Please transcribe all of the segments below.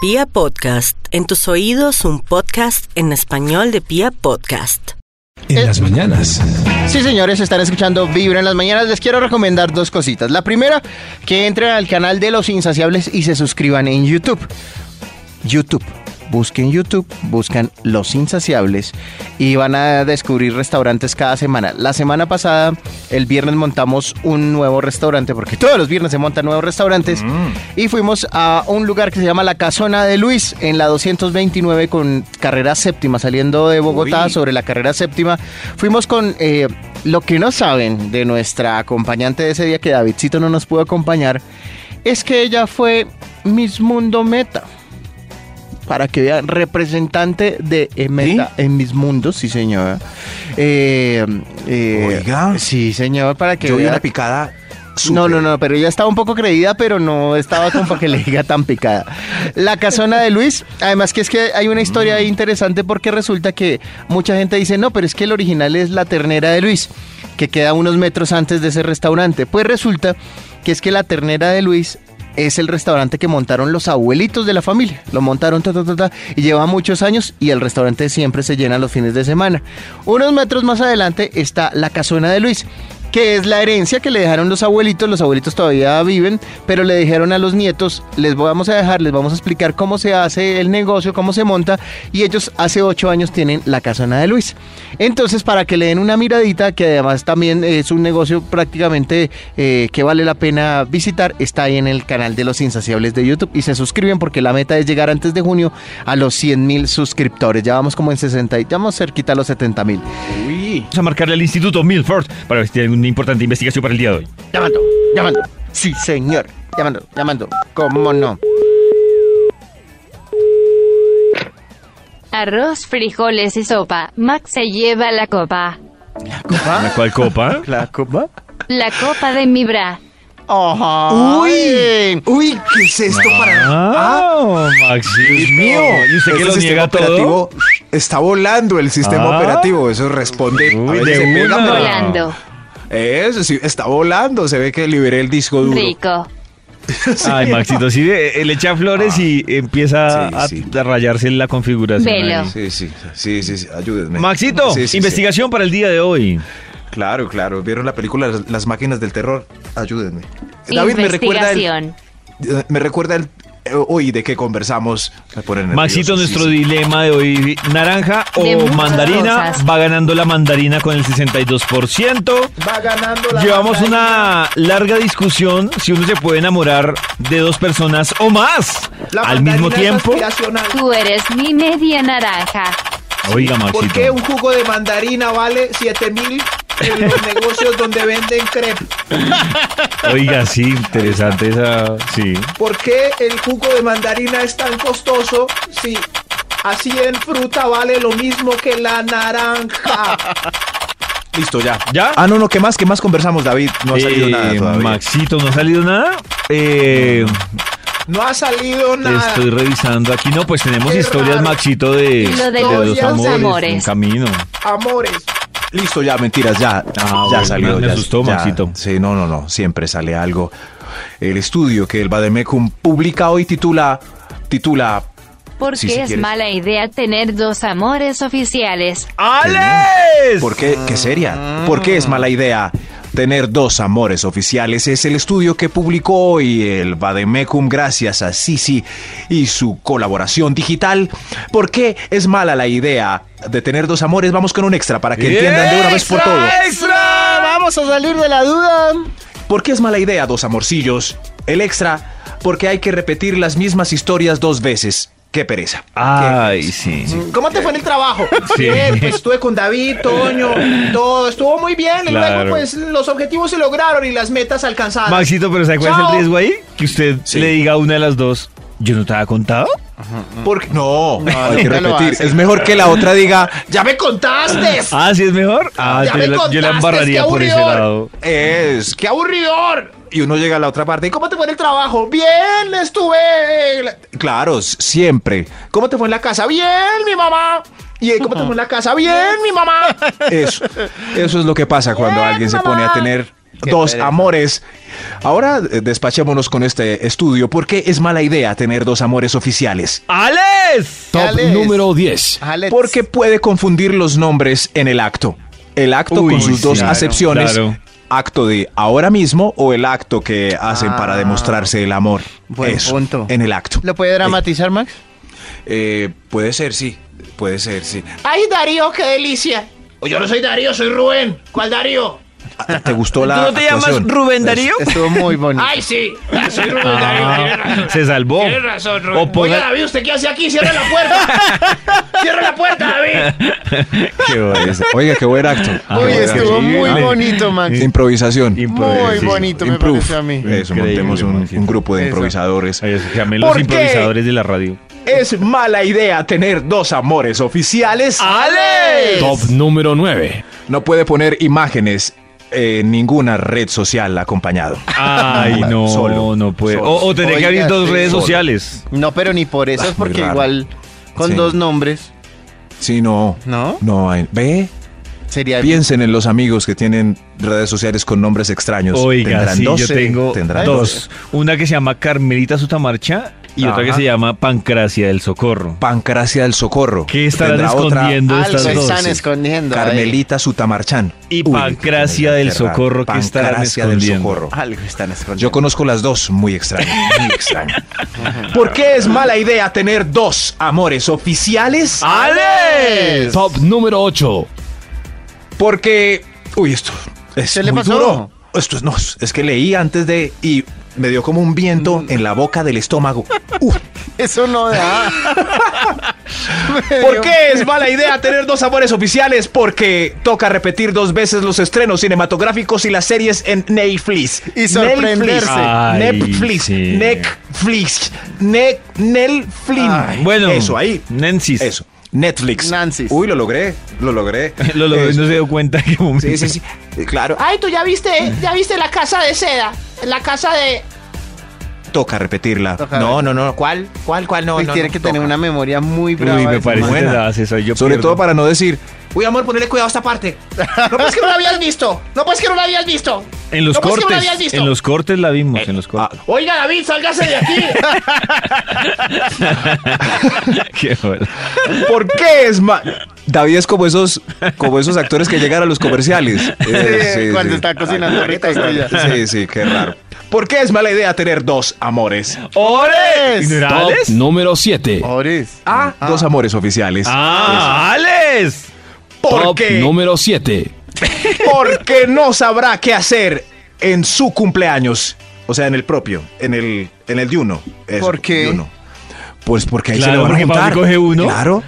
Pia Podcast, en tus oídos un podcast en español de Pia Podcast. En Eh. las mañanas. Sí, señores, están escuchando Vibra en las mañanas. Les quiero recomendar dos cositas. La primera, que entren al canal de Los Insaciables y se suscriban en YouTube. YouTube. Busquen YouTube, buscan Los Insaciables y van a descubrir restaurantes cada semana. La semana pasada, el viernes, montamos un nuevo restaurante, porque todos los viernes se montan nuevos restaurantes. Y fuimos a un lugar que se llama La Casona de Luis, en la 229 con carrera séptima, saliendo de Bogotá sobre la carrera séptima. Fuimos con eh, lo que no saben de nuestra acompañante de ese día, que Davidcito no nos pudo acompañar, es que ella fue Miss Mundo Meta para que vean, representante de eh, Meta en mis mundos, sí señora. Eh, eh, Oiga. Sí señor, para que Yo vi vea- una picada. No, no, no, pero ella estaba un poco creída, pero no estaba como para que le diga tan picada. La casona de Luis, además que es que hay una historia Mm. ahí interesante porque resulta que mucha gente dice, no, pero es que el original es la ternera de Luis, que queda unos metros antes de ese restaurante. Pues resulta que es que la ternera de Luis es el restaurante que montaron los abuelitos de la familia. Lo montaron ta, ta, ta, ta, y lleva muchos años y el restaurante siempre se llena los fines de semana. Unos metros más adelante está la casona de Luis, que es la herencia que le dejaron los abuelitos. Los abuelitos todavía viven, pero le dijeron a los nietos, les vamos a dejar, les vamos a explicar cómo se hace el negocio, cómo se monta. Y ellos hace ocho años tienen la casona de Luis. Entonces, para que le den una miradita, que además también es un negocio prácticamente eh, que vale la pena visitar, está ahí en el canal de los insaciables de YouTube. Y se suscriben porque la meta es llegar antes de junio a los 100 mil suscriptores. Ya vamos como en 60 y ya vamos cerquita a los 70 mil. Vamos a marcarle al Instituto Milford para ver si tiene alguna importante investigación para el día de hoy. Llamando, llamando. Sí, señor. Llamando, llamando. ¿Cómo no? Arroz, frijoles y sopa. Max se lleva la copa. ¿La cual copa? ¿La copa? La copa de mi bra. ¡Uy! Uy, ¿qué es esto para.? ¡Ah, Maxito! Dios mío. ¿Y usted que Ese lo ¿este sistema niega todo? operativo Está volando el sistema Ah. operativo. Eso responde. Uy, a veces de se pega, una. pero- Volando. Eso sí, está volando. Se ve que liberé el disco duro. Rico. Ay, Maxito, sí, eh, le echa flores y empieza Ah. Sí, a, sí. a rayarse la configuración. Velo. ahí. Sí, sí, sí, sí, sí, ayúdenme. Maxito, Sí, sí, sí. investigación para el día de hoy. Claro, claro. ¿Vieron la película Las- Las máquinas del terror? Ayúdenme. David, me recuerda el, Investigación. Eh, me recuerda el eh, hoy de que conversamos. Me pone nervioso, Maxito, sí, nuestro sí. dilema de hoy, naranja De o muchas mandarina, cosas. va ganando la mandarina con el 62%. Va ganando Llevamos una larga discusión si uno se puede enamorar de dos personas o más al mismo tiempo. Tú eres mi media naranja. Oiga, Maxito. ¿Por qué un jugo de mandarina vale 7 mil en los negocios donde venden crepe? Oiga, sí, interesante esa. Sí. ¿Por qué el jugo de mandarina es tan costoso si así en fruta vale lo mismo que la naranja? Listo, ya. ¿Ya? Ah, no, no, ¿qué más? ¿Qué más conversamos, David? No ha salido Eh, nada todavía. Maxito, ¿no ha salido nada? Eh, No ha salido nada. estoy revisando aquí. No, pues tenemos Qué historias, raro. Maxito, de, Lo de los dos dos amores, amores. un camino. Amores. Listo, ya, mentiras, ya. ya Ah, bueno, salió. me ya, asustó, ya. Maxito. Sí, no, no, no. Siempre sale algo. El estudio que el Bademecum publica hoy titula. Titula. ¿Por Sí, qué si es quieres. mala idea tener dos amores oficiales? Ah, ¡Alex! ¿Por qué? ¿Qué seria? ¿Por qué es mala idea? Tener dos amores oficiales es el estudio que publicó hoy el Bademecum gracias a Sisi y su colaboración digital. ¿Por qué es mala la idea de tener dos amores? Vamos con un extra para que entiendan de una vez por todo. ¡Extra! Vamos a salir de la duda. ¿Por qué es mala idea dos amorcillos? El extra, porque hay que repetir las mismas historias dos veces. ¡Qué pereza! Ay, sí. sí. ¿Cómo te fue en el trabajo? Sí. Bien, pues estuve con David, Toño, todo, estuvo muy bien. Y Claro. luego, pues, los objetivos se lograron y las metas alcanzadas. Maxito, pero ¿sabe cuál es Chao. el riesgo ahí? Que usted Sí. le diga a una de las dos, ¿yo no te había contado? Porque, no, hay que nunca lo repetir. hace. Es mejor que la otra diga, ¡Ya me contaste! Ah, ¿sí es mejor? Ah, Ya yo, me la- yo la contaste, embarraría qué por ese aburridor. lado. es ¡Qué aburridor! Y uno llega a la otra parte. y, ¿Cómo ¿Cómo te fue en el trabajo? Bien, estuve. en la- te- Claro, s- siempre. ¿Cómo te fue en la casa? Bien, mi mamá. ¿Y eh, cómo te fue en la casa? Bien, mi mamá. Eso, eso es lo que pasa cuando Bien, alguien se mamá. pone a tener dos pereza. amores. Ahora eh, despachémonos con este estudio. ¿Por qué es mala idea tener dos amores oficiales? ¡Alex! Top Alex. número 10. Alex. Porque puede confundir los nombres en el acto. El acto Uy, con sus sí, dos claro, acepciones. claro. Acto de ahora mismo o el acto que hacen para Ah. demostrarse el amor. Buen Eso, punto. En el acto. ¿Lo puede dramatizar, Max? Eh, puede ser, sí. Puede ser, sí. ¡Ay, Darío, qué delicia! O yo no soy Darío, soy Rubén. ¿Cuál Darío? Ah, ¿Te gustó ¿Tú la no te llamas actuación? Rubén Darío? Estuvo muy bonito. ¡Ay, sí! Ah, Soy Rubén Darío. tiene Ah, razón. se salvó. Tiene O razón, Rubén. ponga- Oiga, David, ¿usted qué hace aquí? ¡Cierra la puerta! ¡Cierra la puerta, David! Qué bueno. Oiga, qué buen acto. Qué Ah, Uy, buen acto. estuvo muy increíble. bonito, Max. Improvisación. Muy bonito, me Improve. pareció a mí. Eso, Increíble, montemos un, Maxito. un grupo de Eso. improvisadores. Llamé ¿Por los qué? improvisadores de la radio. Es mala idea tener dos amores oficiales. Ah, ¡Ale! Top número 9. No puede poner imágenes eh, en ninguna red social acompañado. Ay, no, Solo. no puede. Solo. O, o tendría que abrir Oiga, dos sí, redes solo. sociales. No, pero ni por eso, Ah, es porque muy raro. igual con Sí. dos nombres, Sí, no. ¿no? No, hay- ve, Sería piensen en los amigos que tienen redes sociales con nombres extraños. Oiga, Tendrán sí, yo 12, tengo tendrán dos. Una que se llama Carmelita Sutamarcha y otra que Ajá. se llama Pancracia del Socorro. Pancracia del Socorro. ¿Qué estarán Tendrá otra escondiendo Algo estas dos? están escondiendo. ahí. Carmelita Sutamarchán. Y Uy, Pancracia qué del raro. Socorro, ¿qué estarán Pancracia del escondiendo? Socorro. Algo están escondiendo. Yo conozco las dos, muy extraño, muy extraño. ¿Por qué es mala idea tener dos amores oficiales? ¡Ale! Top número 8. Porque, uy, esto es ¿Qué le muy pasó? duro. Esto es, no, es que leí antes de y me dio como un Mm. viento en la boca del estómago. Uf. Eso no da. ¿Por qué es mala idea tener dos amores oficiales? Porque toca repetir dos veces los estrenos cinematográficos y las series en Netflix. Y sorprenderse. Ay, Netflix, sí. Netflix, Ne- Netflix. Ay, Bueno, eso ahí. Nancy. Eso. Netflix. Nancy's. Uy, lo logré, lo logré. Lo logró y Eso. Eh, no se dio cuenta que Sí, sí, sí. Eh, Claro. ¡Ay, tú ya viste, ya viste la casa de seda! La casa de... Toca repetirla. Toca no, no, no. ¿Cuál? ¿Cuál? ¿Cuál? No, Uy, no, tiene no, que toca. tener una memoria muy brava. Uy, me esa parece madre. buena. tenaz esa, yo Sobre pierdo. todo para no decir. Uy, amor, ponele cuidado a esta parte. No, pues que no la habías visto. No, pues que no la habías visto. En los no, pues que no la cortes. habías visto. En los cortes la vimos, en Ah, los cortes. Oiga, David, sálgase de aquí. Qué bueno. ¿Por qué es mal? David es como esos, como esos actores que llegan a los comerciales. Eh, Sí, sí, cuando sí. está cocinando ricos Sí, sí, qué raro. ¿Por qué es mala idea tener dos amores? ¡Ores! ¿No era Top Alex? número 7. Ores. Ah, dos amores oficiales. ¡Ah, Alex! Top Porque, número 7. porque no sabrá qué hacer en su cumpleaños. O sea, en el propio, en el, en el de uno. Eso, ¿Por qué? de uno. Pues porque ahí se le Claro, van a porque Pablo juntar. coge uno. Claro.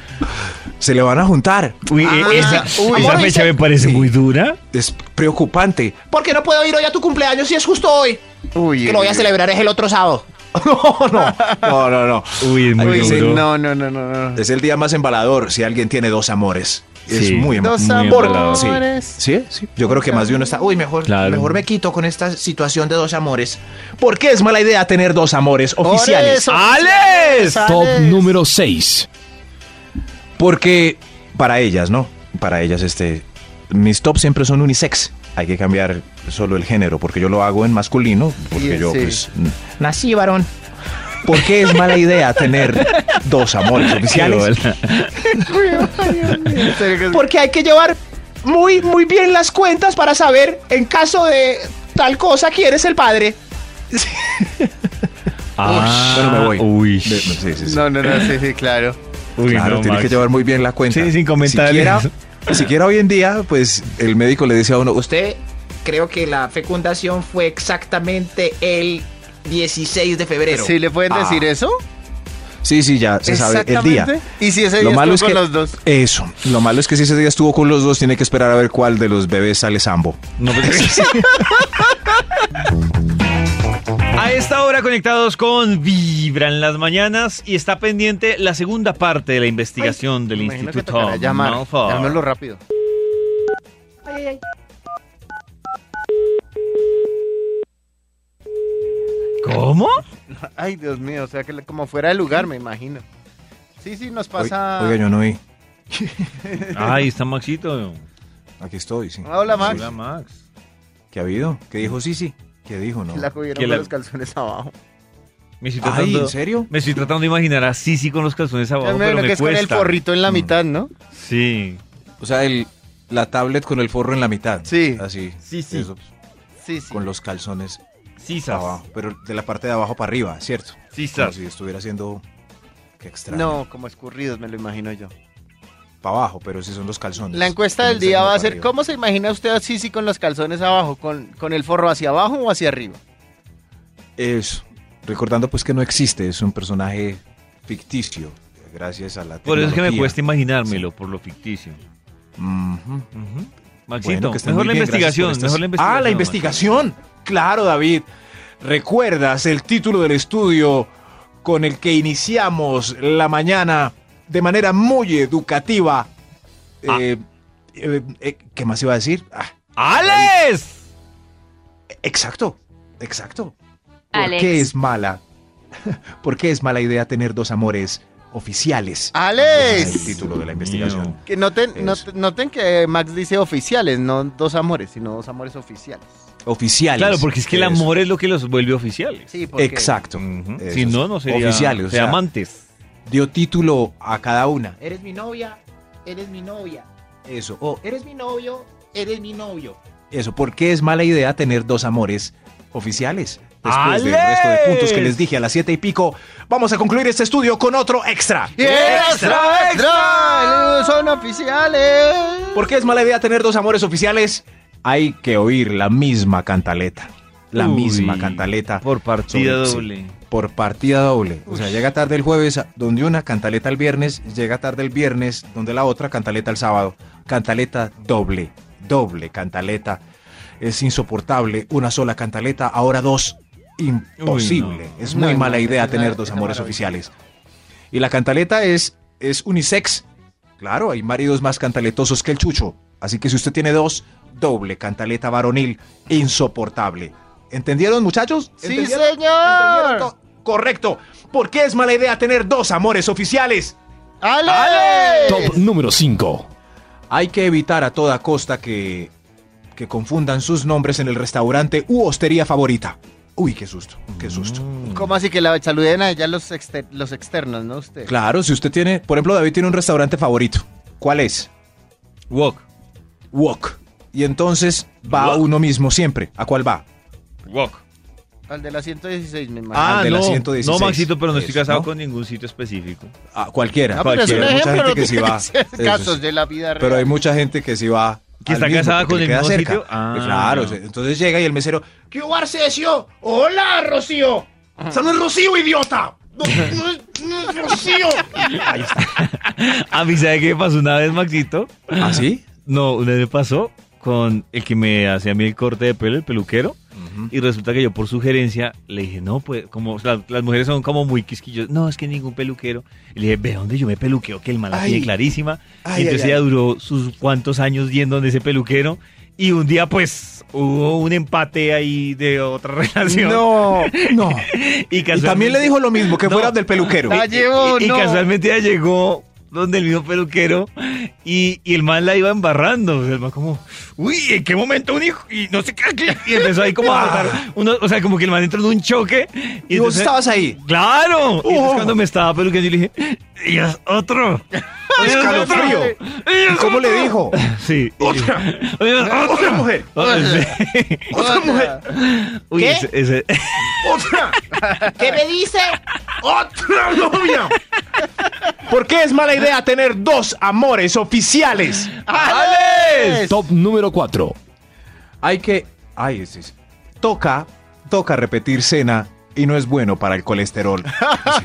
Se le van a juntar. Uy, Ah, eh, esa, uy. esa Amor, fecha dice- me parece Sí. muy dura. Es preocupante. ¿Por qué no puedo ir hoy a tu cumpleaños si es justo hoy? Uy. Que lo voy a uy, celebrar es el otro sábado. No, no, no, no, no. Uy, es muy uy, sí, duro. no, no, no, no. no. Es el día más embalador si alguien tiene dos amores. Es Sí. muy Dos muy embalado. amores. Sí, sí. Yo creo que más de uno está. Uy, mejor, Claro. mejor me quito con esta situación de dos amores. ¿Por qué es mala idea tener dos amores oficiales? ¡Alex! Top número 6. Porque para ellas, ¿no? Para ellas, este. Mis tops siempre son unisex. Hay que cambiar solo el género, porque yo lo hago en masculino, porque Y- yo, sí. pues. n- Nací varón. ¿Por qué es mala idea tener dos amores oficiales? En serio que es- Porque hay que llevar muy, muy bien las cuentas para saber, en caso de tal cosa, quién es el padre. Ah, Bueno, me voy. Uy, De- sí, sí, sí. No, no, no, sí, sí, claro. Uy, claro, no, tiene que Max. llevar muy bien la cuenta. Sí, sin Siquiera, comentarios. siquiera hoy en día, pues el médico le dice a uno, usted Usted, Eh, creo que la fecundación fue exactamente el 16 de febrero. ¿Sí le pueden decir eso? Sí, sí, ya se sabe el día. Exactamente. Y si ese día estuvo con los dos. Eso. Lo malo es que si ese día estuvo con los dos, tiene que esperar a ver cuál de los bebés sale sambo. No, pues- A esta hora conectados con Vibran las mañanas y está pendiente la segunda parte de la investigación del Me imagino que Instituto tocará llamar. Malfoy. Llamémoslo rápido. ¿Cómo? Ay, Dios mío, o sea que como fuera de lugar, me imagino. Sí, sí, nos pasa. Oiga, yo no vi. Ahí está Maxito. Aquí estoy, sí. Hola, Max. Hola Max. ¿Qué ha habido? ¿Qué dijo Sisi? ¿Qué dijo, no? La cogieron Que con la- los calzones abajo. Me estoy Ay, tratando, ¿en serio? me estoy tratando de imaginar a Sisi con los calzones Oh, abajo, Ya me pero imagino me que es con el cuesta. forrito en la Mm. mitad, ¿no? Sí. O sea, el, la tablet con el forro en la mitad. Sí. Así. Sí, sí. Eso, Sí, sí. Con los calzones Sisas. abajo. Pero de la parte de abajo para arriba, ¿cierto? Como Ah, Sisas. si estuviera haciendo... Qué extraño. No, como escurridos, me lo imagino yo. Para abajo, pero sí son los calzones. La encuesta del Comienzan día como va a para ser, arriba. ¿cómo se imagina usted a Sisi con los calzones abajo? ¿Con, con el forro hacia abajo o hacia arriba? Eso. Recordando pues que no existe, es un personaje ficticio. Gracias a la Por eso es que me tecnología. cuesta imaginármelo, por lo ficticio. Ujú. Ujú. Bueno, Maxito, que estén mejor, muy la bien, investigación, gracias por mejor la estas- investigación. Ah, la Maxito. investigación. Claro, David. ¿Recuerdas el título del estudio con el que iniciamos la mañana de manera muy educativa? Ah. Eh, eh, eh, ¿Qué más iba a decir? Ah, ¡Alex! exacto, exacto. ¿Por Alex. qué es mala? ¿Por qué es mala idea tener dos amores oficiales? Ese es el ¡Alex! título de la investigación. Que noten, Eso. noten, noten que Max dice oficiales, no dos amores, sino dos amores oficiales. Oficiales. Claro, porque es que el Eso. amor es Mm. lo que los vuelve oficiales. Sí, porque Exacto. Ujú. Eso Si es. no, no sería Oficiales, o sería sea, amantes. dio título a cada una. Eres mi novia, eres mi novia, Eso. O eres mi novio, eres mi novio. eso, ¿por qué es mala idea tener dos amores oficiales? Después del ¡Ale! resto de puntos que les dije a las siete y pico, vamos a concluir este estudio con otro extra. ¡Y extra, extra! ¡Son oficiales! ¿Por qué es mala idea tener dos amores oficiales? Hay que oír la misma cantaleta. La Uy, misma cantaleta. Por partida sobre- sí, doble. por partida doble. O sea, llega tarde el jueves, donde una cantaleta el viernes, llega tarde el viernes, donde la otra cantaleta el sábado. Cantaleta doble, doble cantaleta. Es insoportable, una sola cantaleta, ahora dos. Imposible. Uy, Es muy No, mala no, idea esa- tener dos esa amores maravilla. oficiales. Y la cantaleta es, es unisex. Claro, hay maridos más cantaletosos que el chucho. Así que si usted tiene dos, doble cantaleta varonil, insoportable. ¿Entendieron, muchachos? ¡Sí, ¿Entendieron? ¿Entendieron señor! to- Correcto. ¿Por qué es mala idea tener dos amores oficiales? ¡Ale! Top número 5. Hay que evitar a toda costa que, que confundan sus nombres en el restaurante u hostería favorita. Uy, qué susto, qué susto. ¿Cómo así que la saluden a ella los, exter- los externos, no usted? Claro, si usted tiene, por ejemplo, David tiene un restaurante favorito. ¿Cuál es? Walk. Wok. Y entonces va Wok. uno mismo siempre. ¿A cuál va? Walk. Al de la 116, me imagino. Ah, de la no. 116. No, Maxito, pero no estoy Eso, casado ¿no? con ningún sitio específico. A cualquiera. No, pero es un cualquiera. Hay mucha ejemplo, gente no que sí tiene va. ser Eso casos sí. de la vida real. Pero hay mucha gente que sí va. Que al está mismo, casada porque con le el queda mismo cerca. sitio. Ah. Claro, o sea, entonces llega y el mesero, ¿Qué hubo, Arcesio? ¡Hola, Rocío! ¡Eso no es Rocío, idiota! ¡No, no es- no es Rocío! A mí, ¿sabe qué me pasó una vez, Maxito? ¿ah, sí? No, una vez me pasó con el que me hacía a mí el corte de pelo, el peluquero. Y resulta que yo por sugerencia le dije, no, pues, como la- las mujeres son como muy quisquillosas. No, es que ningún peluquero. Y le dije, ve dónde yo me peluqueo, que el man la Ay. tiene clarísima. Ay, y entonces ay, ella duró sus cuantos años yendo donde ese peluquero. Y un día, pues, hubo un empate ahí de otra relación. No, no. Y, Y casualmente- también le dijo lo mismo, que No. fuera del peluquero. Ah, llevo, y, y no. casualmente ella llegó donde el mismo peluquero y, y el man la iba embarrando. O sea, el man como, uy, ¿en qué momento un hijo? Y no sé qué. Y empezó ahí como a tratar uno- o sea, como que el man entró en un choque. Y vos estabas ahí. ¡Claro! Y entonces Oh. cuando me estaba peluqueando, yo le dije, ¡y es otro! ¡Y es Escalofrío. otro! ¡Y es ¿Cómo le otro! dijo? Sí. Otra. ¡Y es otro! Otra mujer. Otra. Sí. Otra mujer. Uy, ¿Qué? ese- ese- Otra. ¿Qué me dice? Otra novia. ¿Por qué es mala idea tener dos amores oficiales? Ah, ¡Ale! Top número 4. Hay que. Ay, es, es- Toca, toca repetir cena y no es bueno para el colesterol.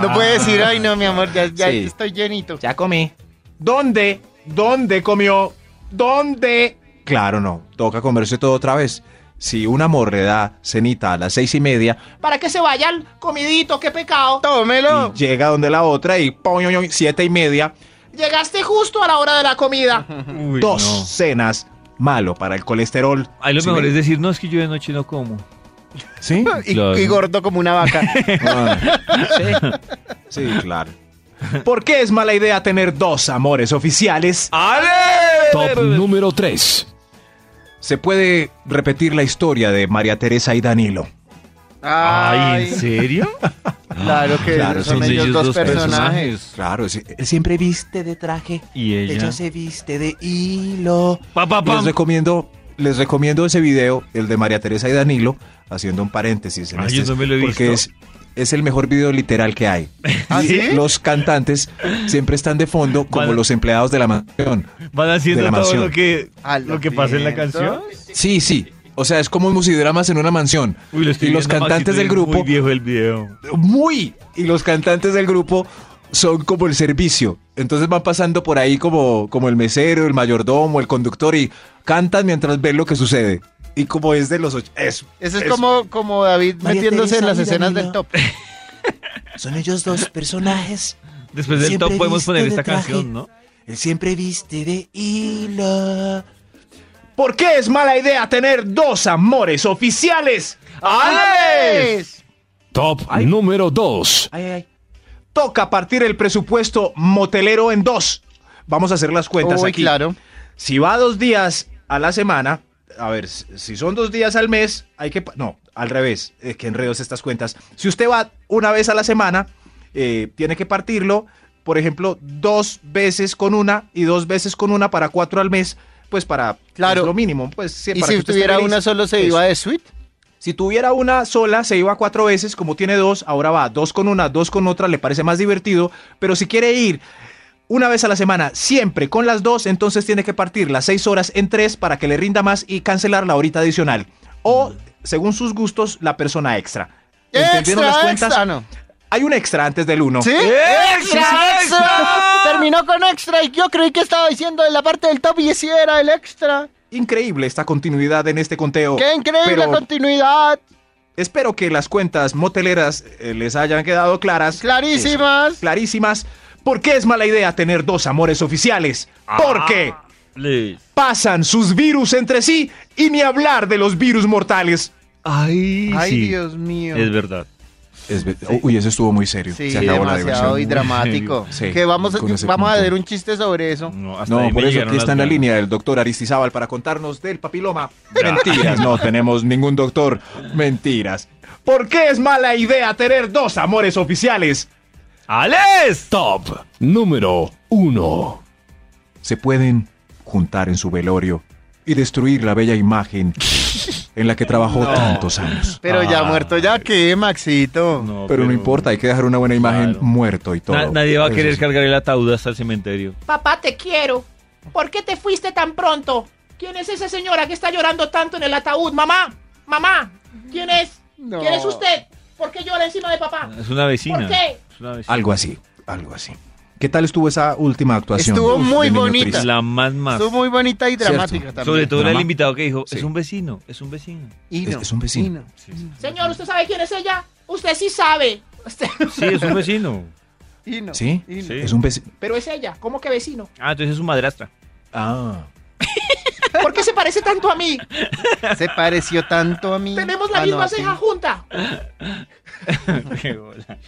No puede decir, ay no, mi amor, ya, ya Ah. Sí. estoy llenito. Ya comí. ¿Dónde? ¿Dónde comió? ¿Dónde? Claro, no. Toca comerse todo otra vez. Si una morreda cenita a las seis y media Para que se vayan, comidito, qué pecado. ¡Tómelo! y llega donde la otra y poño, siete y media, Llegaste justo a la hora de la comida. uy, dos no. cenas. Malo para el colesterol. Ahí lo Sí, mejor me- es decir, no, es que yo de noche no como. ¿Sí? Y, Claro. y gordo como una vaca. Ah, sí. Sí, claro. ¿Por qué es mala idea tener dos amores oficiales? ¡Ale! Top número 3. se puede repetir la historia de María Teresa y Danilo. Ay, ¿en serio? Claro que Claro, son, son ellos, ellos dos, dos personajes. Claro, sí, él siempre viste de traje. Y ella. se viste de hilo. Pa, pa, pam. Les recomiendo, les recomiendo ese video, el de María Teresa y Danilo, haciendo un paréntesis. En Ay, este, yo no me lo he porque visto. es, es el mejor video literal que hay. ¿Ah, sí? Los cantantes siempre están de fondo como Van- los empleados de la mansión. Van haciendo De la todo mansión. lo que, A lo los que pasa en la vientos. canción. Sí, sí. O sea, es como musidramas en una mansión. Uy, lo estoy y los viendo, cantantes Maxito, del es Muy grupo viejo el video. muy y los cantantes del grupo son como el servicio. Entonces van pasando por ahí como, como el mesero, el mayordomo, el conductor y cantan mientras ven lo que sucede. Y como es de los ocho. Es, Ese es como, como David metiéndose en las escenas del top. Son ellos dos personajes. Después Pues del Siempre top podemos viste poner de esta traje. canción, ¿no? Él siempre viste de hilo. ¿Por qué es mala idea tener dos amores oficiales? ¡Ale! Top número 2. Toca partir el presupuesto motelero en dos. Vamos a hacer las cuentas Uy, aquí. claro. Si va dos días a la semana, a ver, si son dos días al mes, hay que... pa- No, al revés, es que enredos estas cuentas. Si usted va una vez a la semana, eh, tiene que partirlo, por ejemplo, dos veces con una y dos veces con una para cuatro al mes, pues para Claro. pues, lo mínimo. Pues, sí, Y para que si usted esté tuviera feliz. una solo se Eso. iba de suite. Si tuviera una sola, se iba cuatro veces, como tiene dos, ahora va dos con una, dos con otra, le parece más divertido, pero si quiere ir una vez a la semana, siempre con las dos, entonces tiene que partir las seis horas en tres para que le rinda más y cancelar la horita adicional. O, según sus gustos, la persona extra. ¿Entendieron las Extra, cuentas? Ah, extra. no. Hay un extra antes del uno. ¿Sí? ¡Extra, extra! Terminó con extra y yo creí que estaba diciendo en la parte del top y ese era el extra. Increíble esta continuidad en este conteo. ¡Qué increíble Pero continuidad! Espero que las cuentas moteleras eh, les hayan quedado claras. Clarísimas. Eso, clarísimas. ¿Por qué es mala idea tener dos amores oficiales? Ah. Porque Le- pasan sus virus entre sí y ni hablar de los virus mortales. Ay, Ay, sí, Dios mío. Es verdad. Uy, eso estuvo muy serio. Sí, demasiado y dramático. Sí, que vamos, a- con ese vamos a punto. hacer un chiste sobre eso. No, hasta No, ahí me por eso llegaron aquí está las en la ganas. línea el doctor Aristizábal para contarnos del papiloma. Ya. Mentiras, no tenemos ningún doctor. Mentiras. ¿Por qué es mala idea tener dos amores oficiales? ¡Alex! Top número 1. se pueden juntar en su velorio y destruir la bella imagen en la que trabajó tantos años. Pero ya Ay. muerto, ya que Maxito. Pero, Ah. no importa, hay que dejar una buena imagen Claro. muerto y todo. Na- nadie va a Eso querer sí. cargar el ataúd hasta el cementerio. Papá, te quiero. ¿Por qué te fuiste tan pronto? ¿Quién es esa señora que está llorando tanto en el ataúd? Mamá, mamá, ¿quién es? No. Ah, ¿Quién es usted? ¿Por qué llora encima de papá? Es una vecina. ¿Por qué? Es una vecina. Algo así, algo así. ¿Qué tal estuvo esa última actuación? Estuvo del muy niño bonita. Es triste? La más más. Estuvo muy bonita y Cierto. dramática también. Sobre todo era el Mamá. invitado que dijo, es Sí. un vecino, es un vecino. Y Es- no, es un vecino. y no. Señor, ¿usted sabe quién es ella? Usted sí sabe. Usted- Sí, es un vecino. Y no, ¿Sí? y no. Sí. Es un vecino. Pero es ella, ¿cómo que vecino? Ah, entonces es su madrastra. Ah. ¿Por qué se parece tanto a mí? Se pareció tanto a mí. Tenemos la Ah, no, misma a ti. ceja junta. Qué bola.